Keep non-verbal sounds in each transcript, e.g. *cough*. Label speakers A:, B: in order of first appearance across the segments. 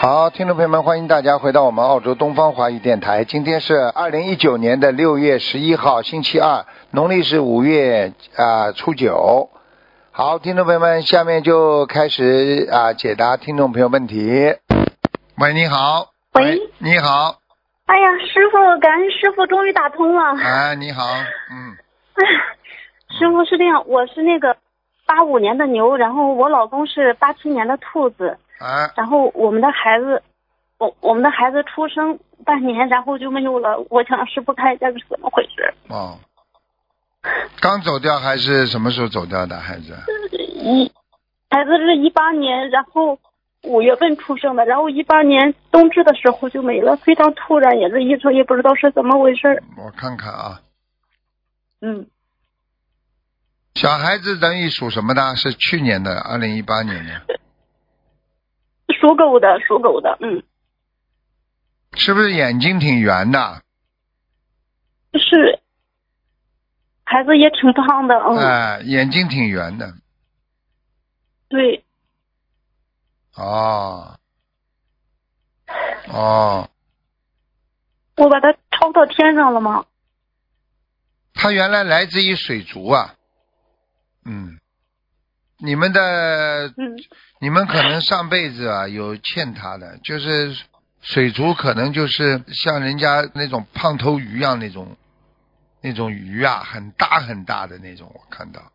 A: 好，听众朋友们，欢迎大家回到我们澳洲东方华语电台。今天是二零一九年的六月十一号，星期二，农历是五月啊、初九。好，听众朋友们，下面就开始啊、解答听众朋友问题。喂，你好。
B: 喂
A: 你好。
B: 哎呀，师傅，感恩师傅终于打通了。
A: 啊，你好。嗯，
B: 哎呀 *laughs* 师傅是这样，我是那个八五年的牛，然后我老公是八七年的兔子，
A: 啊，
B: 然后我们的孩子，我我们的孩子出生半年，然后就没有了。我想让师傅看一下是怎么回事。
A: 哦。刚走掉还是什么时候走掉的孩子？
B: 一孩子是一八年，然后五月份出生的，然后一八年冬至的时候就没了，非常突然，也是一直也不知道是怎么回事儿。
A: 我看看啊，
B: 嗯，
A: 小孩子等于属什么的？是去年的，二零一八年的。
B: 属狗的，属狗的，嗯，
A: 是不是眼睛挺圆的？
B: 是。孩子也挺胖的，嗯，
A: 哎、眼睛挺圆的。
B: 对，
A: 哦，哦，
B: 我把它抄到天上了吗？
A: 他原来来自于水族啊。嗯，你们的
B: 嗯，
A: 你们可能上辈子啊有欠他的，就是水族可能就是像人家那种胖头鱼一样那种，那种鱼啊，很大很大的那种，我看到。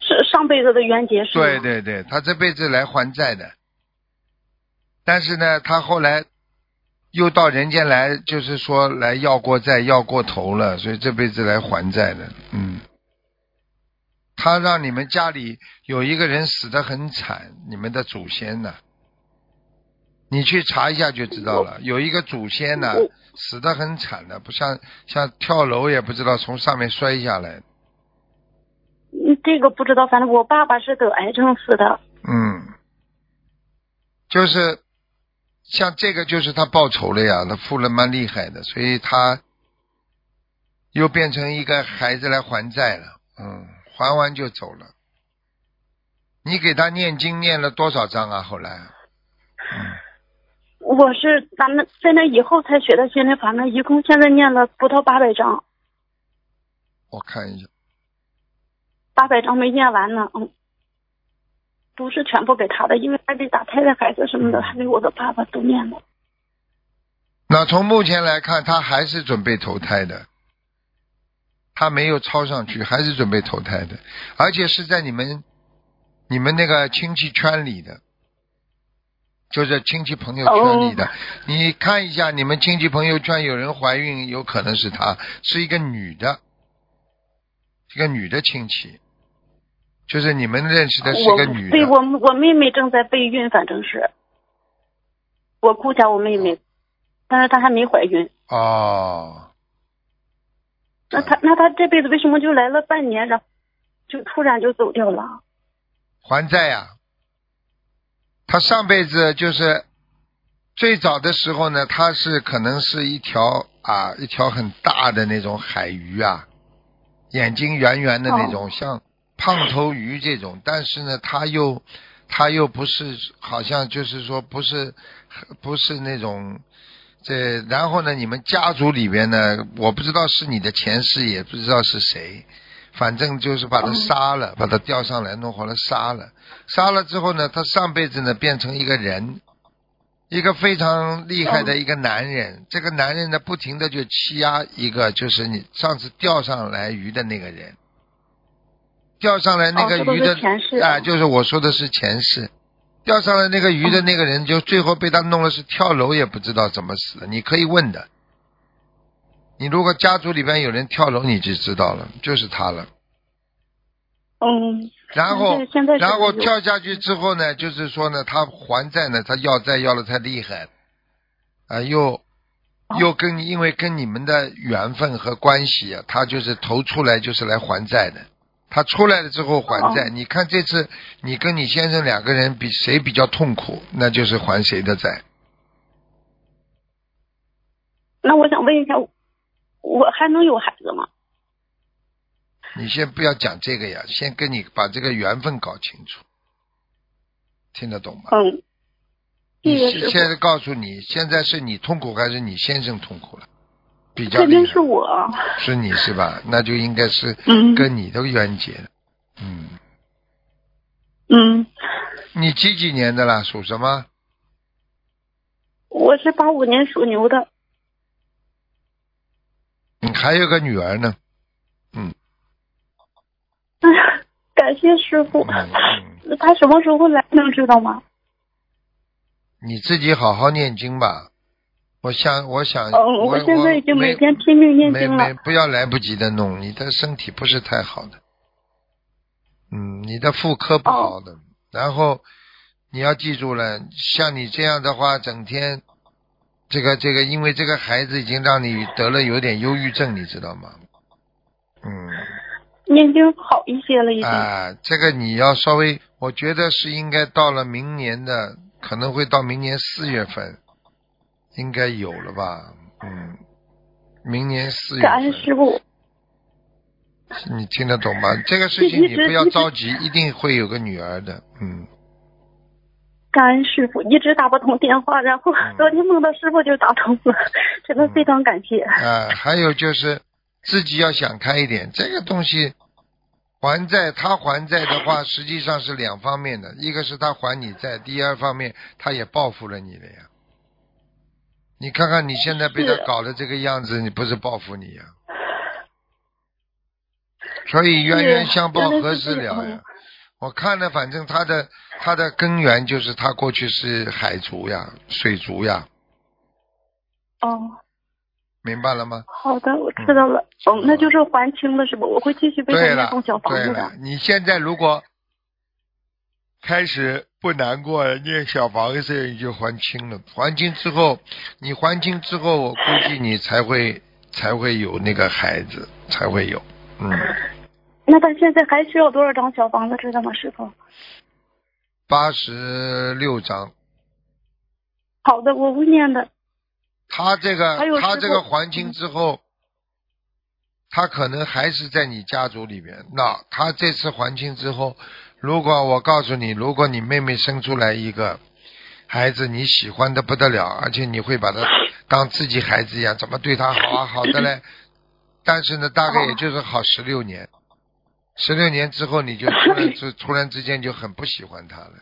B: 是上辈子的冤结是吗？
A: 对对对，他这辈子来还债的，但是呢，他后来又到人间来，就是说来要过债，要过头了，所以这辈子来还债的。嗯，他让你们家里有一个人死得很惨，你们的祖先呢、你去查一下就知道了，有一个祖先呢、
B: 我
A: 死得很惨的，不像像跳楼也不知道从上面摔下来。
B: 嗯，这个不知道，反正我爸爸是得癌症死的。
A: 嗯，就是像这个，就是他报仇了呀，他负了蛮厉害的，所以他又变成一个孩子来还债了。嗯，还完就走了。你给他念经念了多少章啊？后来
B: 我是咱们在那以后才学的心灵法门，一共现在念了不到八百章，
A: 我看一下，
B: 八百章没念完呢。嗯，不是全部给他的，因为还得打胎的孩子什么
A: 嗯
B: 的，还给我的爸爸都念了。
A: 那从目前来看，他还是准备投胎的，他没有超上去，还是准备投胎的，而且是在你们你们那个亲戚圈里的，就是亲戚朋友圈
B: 哦
A: 里的。你看一下，你们亲戚朋友圈有人怀孕，有可能是他，是一个女的，一个女的亲戚，就是你们认识的是一
B: 我
A: 个女的。
B: 对我我妹妹正在备孕，反正是我姑家我妹妹，但是她还没怀孕。
A: 哦，
B: 那他那他这辈子为什么就来了半年，然后就突然就走掉了？
A: 还债呀、他上辈子就是最早的时候呢，他是可能是一条啊，一条很大的那种海鱼啊，眼睛圆圆的那种，像胖头鱼这种。但是呢，他又他又不是，好像就是说不是不是那种。这然后呢？你们家族里边呢，我不知道是你的前世，也不知道是谁，反正就是把他
B: 嗯
A: 杀了，把他钓上来，弄好了杀了。杀了之后呢，他上辈子呢变成一个人，一个非常厉害
B: 嗯
A: 的一个男人。这个男人呢，不停的就欺压一个，就是你上次钓上来鱼的那个人，钓上来那个
B: 哦这都
A: 鱼
B: 是
A: 的
B: 前世
A: 啊，就是我说的是前世。钓上来那个
B: 哦
A: 鱼的那个人，就最后被他弄了，是跳楼也不知道怎么死的。你可以问的，你如果家族里边有人跳楼，你就知道了，就是他了。
B: 嗯，
A: 然后
B: 现在现在是
A: 然后
B: 有
A: 跳下去之后呢，就是说呢，他还债呢，他要债要的太厉害了，啊、
B: 哦
A: 又又跟你因为跟你们的缘分和关系啊，他就是投出来就是来还债的。他出来了之后还
B: 哦
A: 债，你看这次你跟你先生两个人比谁比较痛苦，那就是还谁的债。
B: 那我想问一下，我还能有孩子吗？
A: 你先不要讲这个呀，先跟你把这个缘分搞清楚，听得懂吗？
B: 嗯，谢谢
A: 你
B: 师
A: 现
B: 傅
A: 现在告诉你，现在是你痛苦还是你先生痛苦了？比较
B: 肯
A: 厉
B: 定
A: 害
B: 是我。
A: 是你是吧？那就应该是
B: 嗯
A: 跟你的冤结了。嗯，
B: 嗯，
A: 你几几年的啦？属什么？
B: 我是八五年属牛的。 *laughs*
A: 你还有个女儿呢。嗯
B: 哎呀，感谢师傅。
A: 嗯嗯，
B: *laughs* 他什么时候来能知道吗？
A: 你自己好好念经吧。我想，我想，
B: 嗯、
A: 呃我
B: 我现在已经
A: 我
B: 每
A: 没
B: 天拼命念
A: 没
B: 经了
A: 没。不要来不及的弄，你的身体不是太好的，嗯，你的妇科不好
B: 哦
A: 的，然后你要记住了，像你这样的话，整天这个这个，因为这个孩子已经让你得了有点忧郁症，你知道吗？嗯
B: 念经好一些了，已经。
A: 啊，这个你要稍微，我觉得是应该到了明年的，可能会到明年四月份，应该有了吧？嗯，明年四月份。
B: 感恩师傅。
A: 你嗯听得懂吗？这个事情你不要着急，一定会有个女儿的。嗯，
B: 感恩师傅，一直打不通电话，然后
A: 嗯
B: 昨天梦到师傅就打通了，真的非常感谢。
A: 啊、还有就是自己要想开一点，这个东西还债，他还债的话，实际上是两方面的，一个是他还你债，第二方面他也报复了你了呀。你看看你现在被他
B: 是
A: 搞的这个样子，你不是报复你呀？所以冤冤相报
B: 啊原来
A: 何
B: 是
A: 时
B: 这
A: 了
B: 样
A: 呀？我看了，反正他的他的根源就是他过去是海族呀、水族呀，
B: 哦，
A: 明白了吗？
B: 好的，我知道了。
A: 嗯
B: 哦，那就是还清了是吧？我会继续为他
A: 对
B: 念
A: 了
B: 诵小，房
A: 对
B: 子
A: 了
B: 的。，
A: 你现在如果开始不难过了，念小房子你就还清了，还清之后，你还清之后，我估计你才会才会有那个孩子，才会有，嗯，
B: 那他现在还需要多少张小房子，知道吗，师傅？
A: 八十六章。
B: 好的，我会念的。
A: 他这个
B: 还有
A: 他
B: 师嗯
A: 这个
B: 傅
A: 还清之后，他可能还是在你家族里边。那他这次还清之后，如果我告诉你，如果你妹妹生出来一个孩子，你喜欢的不得了，而且你会把他当自己孩子一样，怎么对他好啊，好的
B: *laughs*
A: 嘞。但是呢，大概也就是好十六年，十六年之后，你就突
B: *laughs*
A: 然之突然之间就很不喜欢他了。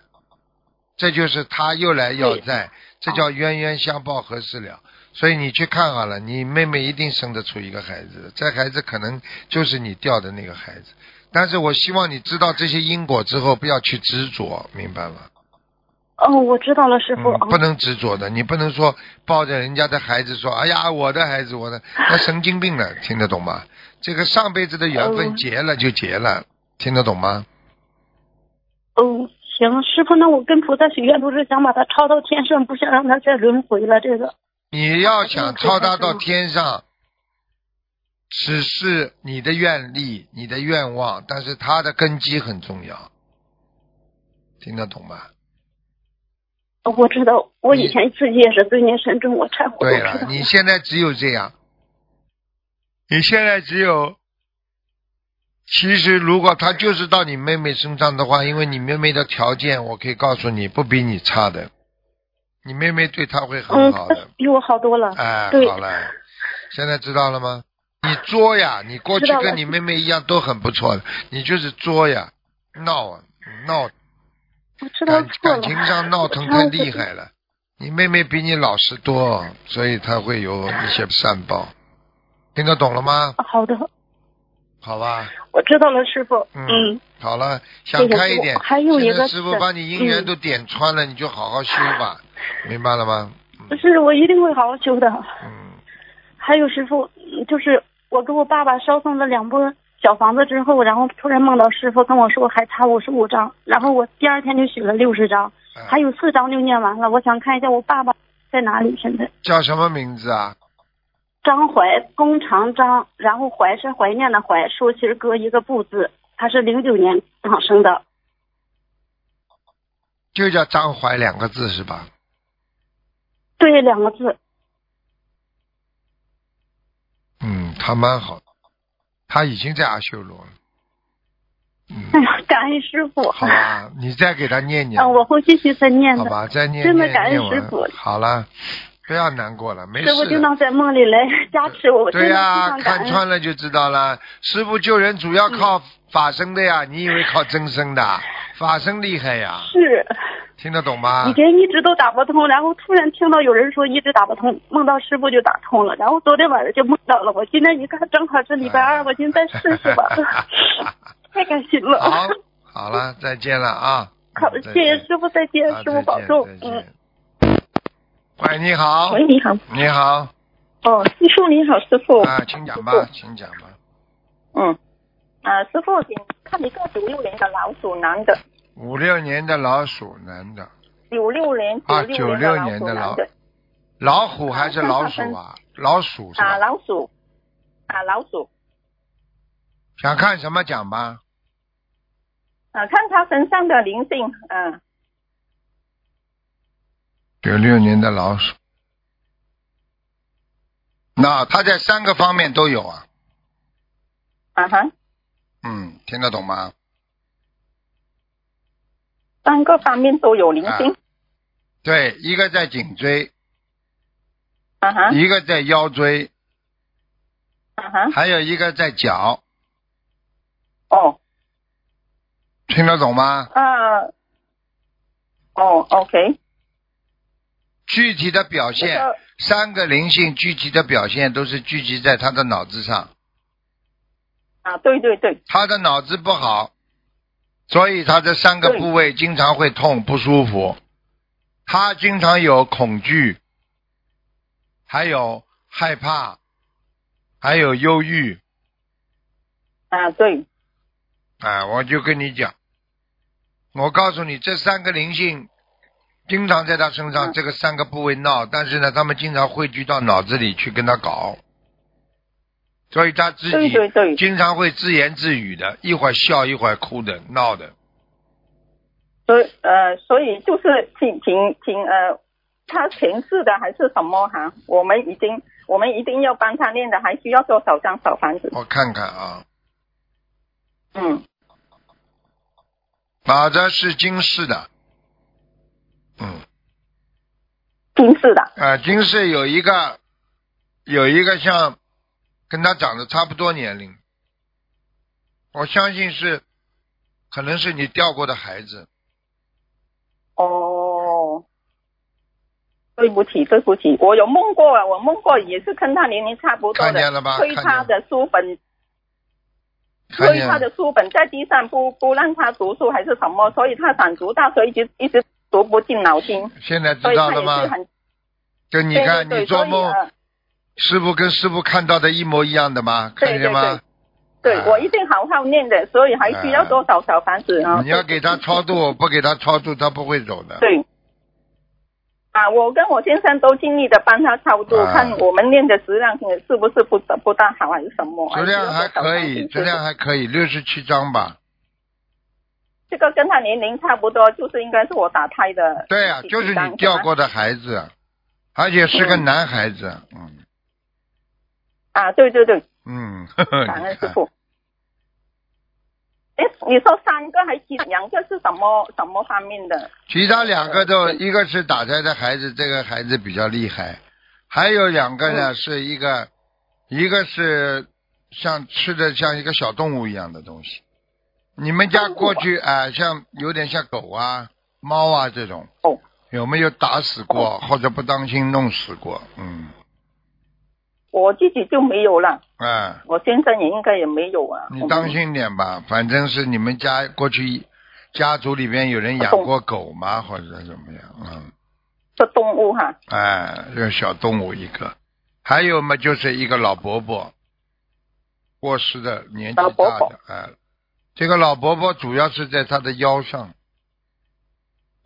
A: 这就是他又来要债，这叫冤冤相报何时了。所以你去看好了，你妹妹一定生得出一个孩子，这孩子可能就是你掉的那个孩子。但是我希望你知道这些因果之后，不要去执着，明白吗？
B: 哦，我知道了，师傅。
A: 嗯，
B: 哦
A: 不能执着的，你不能说抱着人家的孩子说，哎呀，我的孩子，我的，那神经病了，听得懂吗？这个上辈子的缘分
B: 哦
A: 结了就结了，听得懂吗？
B: 哦，行，师傅，那我跟菩萨许愿，不是想把他超到天上，不想让他再轮回了。这个
A: 你要
B: 那
A: 想
B: 可以
A: 超达
B: 再说
A: 到
B: 吗
A: 天上，只是你的愿力、你的愿望，但是它的根基很重要，听得懂吗？
B: 哦我知道，我
A: 你
B: 以前自己也是罪孽深重，我忏悔。
A: 对
B: 我知
A: 了
B: 道，
A: 你现在只有这样，你现在只有。其实，如果他就是到你妹妹身上的话，因为你妹妹的条件，我可以告诉你，不比你差的。你妹妹对他会很
B: 嗯，
A: 好
B: 他
A: 的，
B: 比我好多了。
A: 哎，
B: 啊对
A: 好了，现在知道了吗？你作呀，你过去
B: 知道了
A: 跟你妹妹一样都很不错的，你就是作呀，闹啊，闹，
B: 我知道
A: 感
B: 错
A: 感
B: 了。
A: 情上闹腾太厉害了。你妹妹比你老实多，所以她会有一些善报，听得懂了吗？
B: 啊好的，
A: 好吧，
B: 我知道了，师傅。
A: 嗯
B: 嗯，
A: 好了，想开一点
B: 我。还有一个
A: 现在师傅
B: 是
A: 把你姻缘
B: 嗯
A: 都点穿了，你就好好修吧，明白了吗？嗯
B: 是我一定会好好修的。
A: 嗯，
B: 还有师傅，嗯就是我给我爸爸烧送了两波小房子之后，然后突然梦到师傅跟我说还差五十五张，然后我第二天就许了六十张，
A: 哎
B: 还有四张就念完了。我想看一下我爸爸在哪里现在。
A: 叫什么名字啊？
B: 张怀，弓长张，然后怀是怀念的怀，竖心儿搁一个不字。他是零九年往生的，
A: 就叫张怀两个字是吧？
B: 对两个字。
A: 嗯，他蛮好，他已经在阿修罗了。
C: 哎呀， *laughs* 感恩师傅。*laughs*
A: 好吧，你再给他念念。
C: 啊，我会继续再念
A: 好
C: 的。
A: 吧，再念
C: 真的
A: 念
C: 感恩
A: 念完
C: 师傅
A: 好了，不要难过了，没
C: 师傅
A: 事
C: 经
A: 的。
C: 常在梦里来加持我，我真的
A: 对
C: 非
A: 呀、
C: 常感
A: 看
C: 恩。嗯
A: 穿了就知道了。师傅救人主要靠法身的呀，你以为靠真身的？啊
C: *laughs*
A: 法身厉害呀，
C: 是，
A: 听得懂吗？
C: 以前一直都打不通，然后突然听到有人说一直打不通，梦到师傅就打通了，然后昨天晚上就梦到了我。今天一看，正好是礼拜
A: 啊
C: 二，我今天再试试
A: *laughs*
C: 吧。太开心了。
A: 好，好了，再见了啊！
C: 好，
A: 再
C: 谢
A: 见
C: 谢师傅，再见，
A: 啊
C: 师傅
A: 再
C: 保
A: 见
C: 重
A: 再。
C: 嗯
A: 见。喂，你好，
B: 喂，你好，
A: 你好，
B: 哦，师傅你好，师傅，
A: 啊，请讲
C: 哦
A: 吧，请讲吧。
B: 嗯，啊，师傅，请看一个九六年的老鼠男的，
A: 五六年的老鼠男的，
B: 九六年
A: 啊
B: 九
A: 96
B: 年
A: 年
B: 的
A: 的老
B: 老鼠男的
A: 老虎还是老鼠啊？老鼠是
B: 啊，
A: 吧？
B: 老鼠啊，老鼠
A: 想看什么讲吧？
B: 啊，看他身上的灵性，嗯、
A: 九六年的老鼠，那他在三个方面都有啊。
B: 啊哈，
A: 嗯，听得懂吗？
B: 三个方面都有灵性，
A: 对，一个在颈椎，
B: 啊哈
A: 一个在腰椎，
B: 啊哈，
A: 还有一个在脚，
B: 哦，
A: 听得懂吗？
B: 啊，哦，OK，
A: 具体的表
B: 这
A: 现，
B: 个
A: 三个灵性具体的表现都是聚集在他的脑子上，
B: 啊，对对对，
A: 他的脑子不好，所以他这三个
B: 对
A: 部位经常会痛不舒服，他经常有恐惧，还有害怕，还有忧郁。
B: 啊对，
A: 啊，我就跟你讲，我告诉你，这三个灵性经常在他身上、
B: 嗯
A: 这个三个部位闹，但是呢，他们经常汇聚到脑子里去跟他搞，所以他自
B: 对
A: 己
B: 对对，
A: 经常会自言自语的，一会儿笑，一会儿哭的，闹的。
B: 所以呃，所以就是挺挺挺呃，他前世的还是什么哈、我们已经我们一定要帮他念的，还需要多少张小房子？
A: 我看看啊，
B: 嗯，
A: 马的是金世的，嗯，
B: 今世的
A: 啊，金世有一个有一个像跟他长得差不多年龄，我相信是可能是你掉过的孩子，
B: 哦。对不起，对不起，我有梦过啊，我梦过也是跟他年龄差不多
A: 看见
B: 的，
A: 了吧？
B: 推他
A: 看见
B: 的书本，
A: 看
B: 推
A: 见
B: 他的书本在地上不不让他读书还是什么，所以他想读大学一直一直读不进脑筋，
A: 现在知
B: 所以
A: 道
B: 他
A: 了
B: 也是
A: 吗？
B: 很
A: 就你
B: 对
A: 看
B: 对对
A: 你做
B: 所以
A: 梦，
B: 呃
A: 师傅跟师傅看到的一模一样的吗？
B: 对
A: 看见吗？
B: 对
A: 啊，
B: 我一定好好念的，所以还需要多少小房子啊？
A: 你要给他超度，不给他超度，他不会走的。
B: 对。啊，我跟我先生都尽力的帮他超度，
A: 啊
B: 看我们念的质量是不是不不大好还是什么？
A: 质量还可
B: 还是
A: 以，
B: 有
A: 质
B: 多少张
A: 量还可以，六十七张吧。
B: 这个跟他年龄差不多，就是应该是我打胎的。
A: 对呀、
B: 几
A: 就是
B: 几张
A: 你掉过的孩子，而且是个
B: 嗯
A: 男孩子。嗯
B: 啊，对对对，
A: 嗯，呵呵
B: 感恩
A: 你
B: 师
A: 看
B: 傅。哎，你说三个还几两个是什么什么方面的？
A: 其他两个都，一个是打胎的孩子，这个孩子比较厉害，还有两个
B: 嗯
A: 呢，是一个，一个是像吃的像一个小动物一样的东西。你们家过去啊、呃像有点像狗啊、猫啊这种，
B: 哦
A: 有没有打死过、或者不当心弄死过？嗯，
B: 我自己就没有了，
A: 哎、
B: 我先生也应该也没有啊。
A: 你
B: 我们
A: 当心点吧，反正是你们家过去家族里边有人养过狗吗，
B: 啊
A: 或者怎么样？嗯，
B: 这动物哈、
A: 哎，这个小动物一个，还有嘛，就是一个老伯伯，过世的年纪大
B: 老
A: 的，
B: 伯伯
A: 哎，这个老伯伯主要是在他的腰上，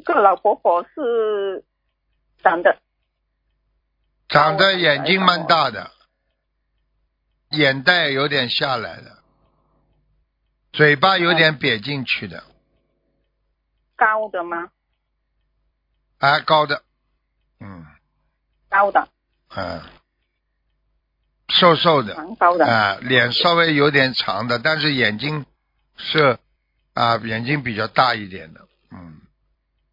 B: 这个老婆婆是长得
A: 长得眼睛蛮大的，眼袋有点下来的，嘴巴有点瘪进去的，
B: 高的吗？
A: 哎，高的，嗯。
B: 高的，
A: 嗯，瘦瘦的，哎
B: 蛮高的。
A: 啊、脸稍微有点长的，但是眼睛是啊，眼睛比较大一点的，嗯，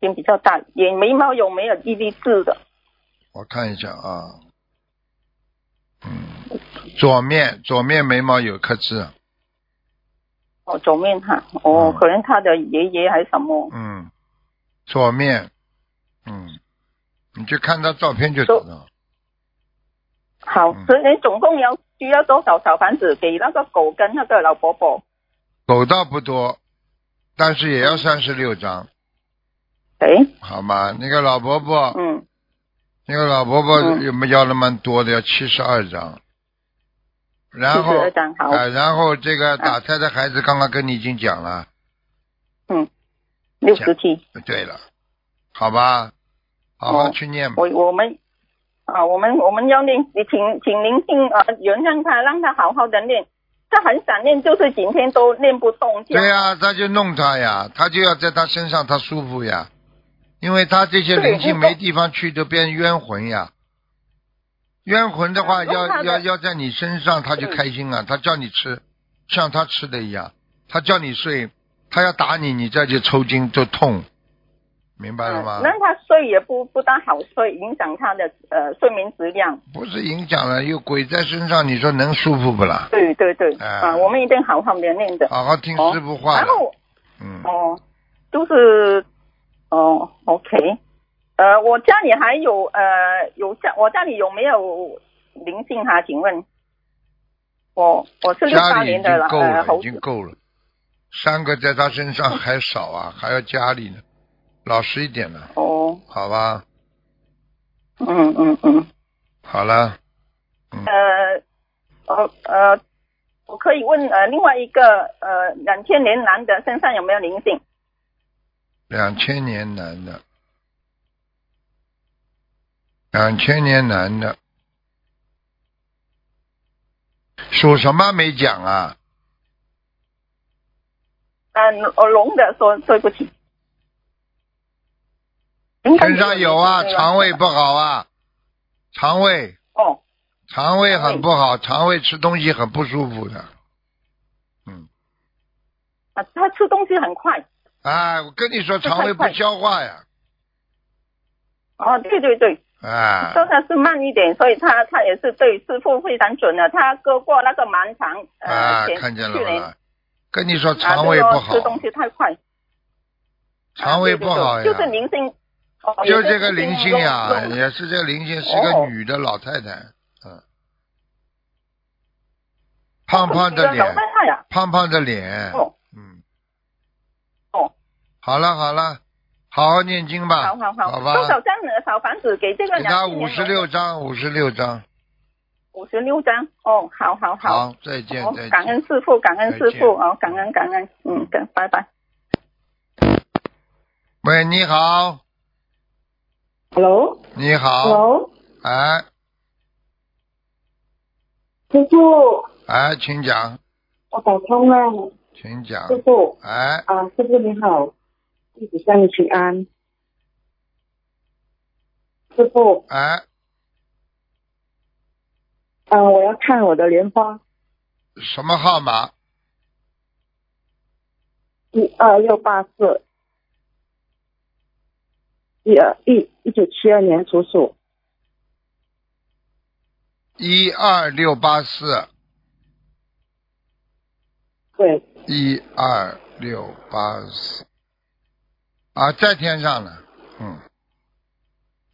B: 眼比较大，眼眉毛有没有一粒痣的？
A: 我看一下啊，嗯，左面左面眉毛有颗痣，
B: 哦，左面哈，
A: 嗯
B: 哦，可能他的爷爷还是什么，
A: 嗯，左面，嗯，你去看他照片就知道。
B: 好，
A: 嗯
B: 所以你总共要需要多少小房子给那个狗跟那个老伯伯？
A: 狗倒不多，但是也要三十六张，
B: 哎，
A: 好吗？那个老伯伯，
B: 嗯，
A: 那个老伯伯
B: 嗯
A: 有没有要了蛮多的，要七十二张。
B: 七
A: 然
B: 十
A: 后
B: 二，张，好，
A: 啊，然后这个
B: 嗯
A: 打胎的孩子刚刚跟你已经讲了，
B: 六十七。
A: 对了，好吧，好好
B: 哦
A: 去念吧。
B: 我我们啊，我们我们要念，你请请您听啊，原谅他，让他好好的念。他很想念，就是今天都念不动。这样
A: 对呀、他就弄他呀，他就要在他身上，他舒服呀，因为他这些
B: 对
A: 灵性
B: 如果
A: 没地方去，就变冤魂呀。冤魂的话，
B: 如果
A: 要
B: 他的
A: 要要在你身上，他就
B: 嗯
A: 开心了，他叫你吃，像他吃的一样，他叫你睡，他要打你，你这就抽筋就痛，明白了吗？
B: 呃嗯那他睡也不不大好睡，影响他的呃睡眠质量。
A: 不是影响了，有鬼在身上，你说能舒服不啦？
B: 对对对，
A: 哎
B: 啊，我们一定好好的念的。
A: 好好听
B: 哦
A: 师傅话
B: 然
A: 的，
B: 后
A: 嗯，
B: 哦，就是哦，OK，呃，我家里还有呃有家，我家里有没有灵性哈、请问，我我是六
A: 家
B: 八
A: 里已
B: 年
A: 经
B: 的了，
A: 够
B: 呃，
A: 了，已
B: 猴
A: 经
B: 子
A: 够了，三个在他身上还少啊，还要家里呢，老实一点了，
B: 哦，
A: 好吧？
B: 嗯嗯嗯，
A: 好了，
B: 呃，呃呃，我可以问呃另外一个呃两千年男的身上有没有灵性？
A: 两千年男的，两千年男的，属什么没讲啊？
B: 呃，呃聋的说对不起，应该
A: 身上有啊，
B: 灵性
A: 肠胃不好啊，肠胃。
B: 哦。
A: 肠胃很不好，肠胃吃东西很不舒服的。嗯，
B: 啊，他吃东西很快。
A: 哎，我跟你说，
B: 这
A: 肠胃不
B: 快快
A: 消化呀，
B: 哦，对对对，
A: 哎，
B: 说他是慢一点，所以他他也是对师傅非常准的。他割过那个盲肠，
A: 啊
B: 呃，前，
A: 看见了
B: 去年
A: 吧？跟你说，
B: 啊，
A: 肠胃不
B: 就
A: 好
B: 说吃，东西太快，
A: 肠胃不好
B: 啊
A: 呀
B: 对对对，就是灵性，哦、
A: 就
B: 也是
A: 这个灵性呀，
B: 用用
A: 也是这个灵性，是
B: 哦
A: 个女的老太太，嗯，胖胖的
B: 老
A: 脸，
B: 太太呀、
A: 胖胖的脸，
B: 哦
A: 嗯，
B: 哦，
A: 好了好了，好好念经吧，
B: 好好好，多少
A: 吧，
B: 张呢？小房子给这个
A: 给他
B: 两
A: 五十六张，五十六张。
B: 五十六张，哦，好好好，
A: 好，再见，
B: 哦
A: 再，
B: 感
A: 见。
B: 恩师傅，感恩
A: 再
B: 师
A: 见
B: 傅，哦，感恩感恩，嗯，感拜拜。
A: 喂，你好，
D: Hello，
A: 你
B: 哦
A: 好，
D: Hello，
A: 哎
D: 师傅，
A: 哎，请讲，
D: 我打通了，
A: 嗯请讲
D: 师，傅
A: 哎，
D: 啊，师傅你好，弟子向你请安。师傅，
A: 哎，
D: 啊，我要看我的莲花，
A: 什么号码？
D: 一二六八四，一二一一九七二年属鼠，
A: 一二六八四，
D: 对，
A: 一二六八四，啊，在天上呢，嗯，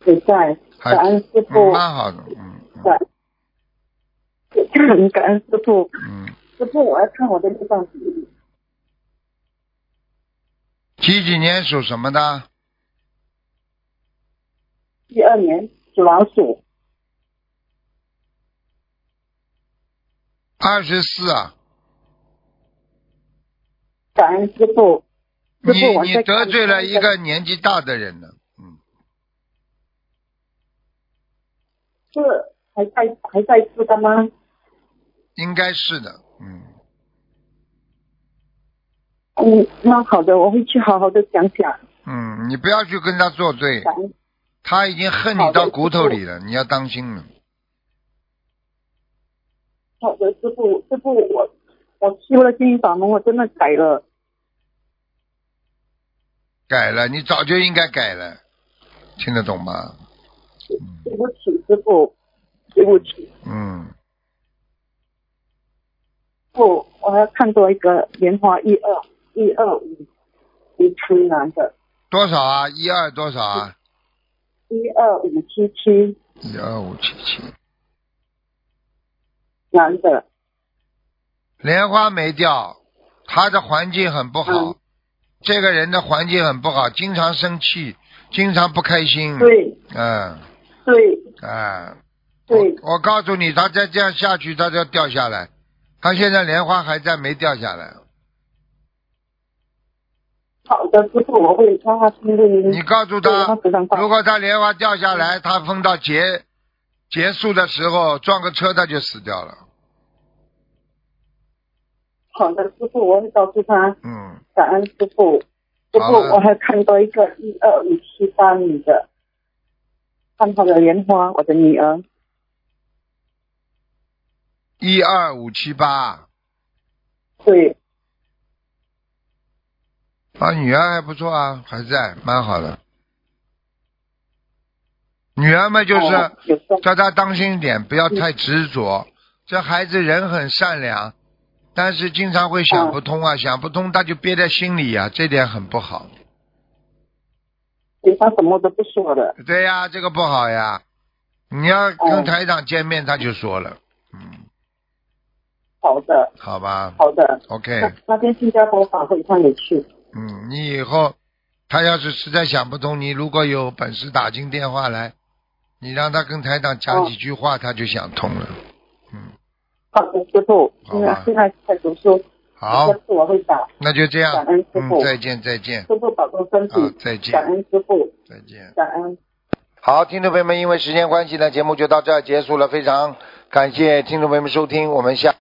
D: 也在。
A: 还
D: 感恩师
A: 嗯
D: 傅，
A: 蛮好的，嗯
D: 感恩 *coughs* 感恩师傅，
A: 嗯嗯，
D: 师傅，我要看我的地藏经，
A: 几几年属什么的？
D: 一二年属老鼠，
A: 二十四啊，
D: 感恩师傅。
A: 你
D: 师傅，我
A: 你
D: 在
A: 得
D: 看
A: 罪了
D: 他
A: 一
D: 的
A: 个年纪大的人呢，嗯，
D: 是还在还在世的吗？
A: 应该是的，嗯。
D: 嗯，那好的，我会去好好的想想。
A: 嗯，你不要去跟他作对，
D: 感恩
A: 他已经恨你到骨头里了，你要当心了。
D: 好的，师傅，师傅，我我修了心灵法门，我真的改了。
A: 改了，你早就应该改了，听得懂吗？
D: 对不起，师傅，对不起，
A: 嗯，
D: 不，我还看多一个莲花一二一二五，一七男的，
A: 多少啊？一二多少啊？
D: 一二五七七
A: 一二五七七，
D: 男的，
A: 莲花没掉，他的环境很不好，
D: 嗯
A: 这个人的环境很不好，经常生气，经常不开心。，
D: 对
A: 嗯，
D: 对
A: 啊、
D: 对，
A: 我我告诉你，他再这样下去，他就要掉下来。他现在莲花还在，没掉下来。
D: 好的，师傅，我会让他听录音，
A: 你告诉
D: 嗯对
A: 他
D: 他非常，棒
A: 如果他莲花掉下来，他分到结结束的时候撞个车，他就死掉了。
D: 好的，师傅，我会告诉他，
A: 嗯，
D: 感恩师傅，师
A: 好啊
D: 傅，
A: 的
D: 我还看多一个一二五七八女的，看她的莲花，我的女儿，
A: 一二五七八，
D: 对，
A: 啊，女儿还不错啊，还在，蛮好的。女儿嘛，就是、
D: 哦有时候
A: 叫他当心一点，不要太执着。这孩子人很善良，但是经常会想
D: 哦
A: 不通啊，想不通他就憋在心里呀、这点很不好。
D: 对她什么都不说的，
A: 对呀、这个不好呀。你要
D: 哦
A: 跟台长见面，他就说了，嗯，
D: 好的，
A: 好吧
D: 好的。那
A: ，OK，
D: 那天新加坡法会上也去，
A: 嗯，你以后他要是实在想不通，你如果有本事打进电话来，你让他跟台长讲
D: 哦
A: 几句话，他就想通了。嗯，
D: 好的师傅，
A: 好
D: 因
A: 吧
D: 为现在在读书，
A: 好
D: 下，次我会打。
A: 那就这样
D: 感恩师，
A: 嗯
D: 父，
A: 再见，再见，
D: 师傅保重身体，
A: 啊，再见
D: 感，恩师傅，
A: 再见。
D: 感恩。
A: 好，听众朋友们，因为时间关系呢，节目就到这儿结束了。非常感谢听众朋友们收听，我们下。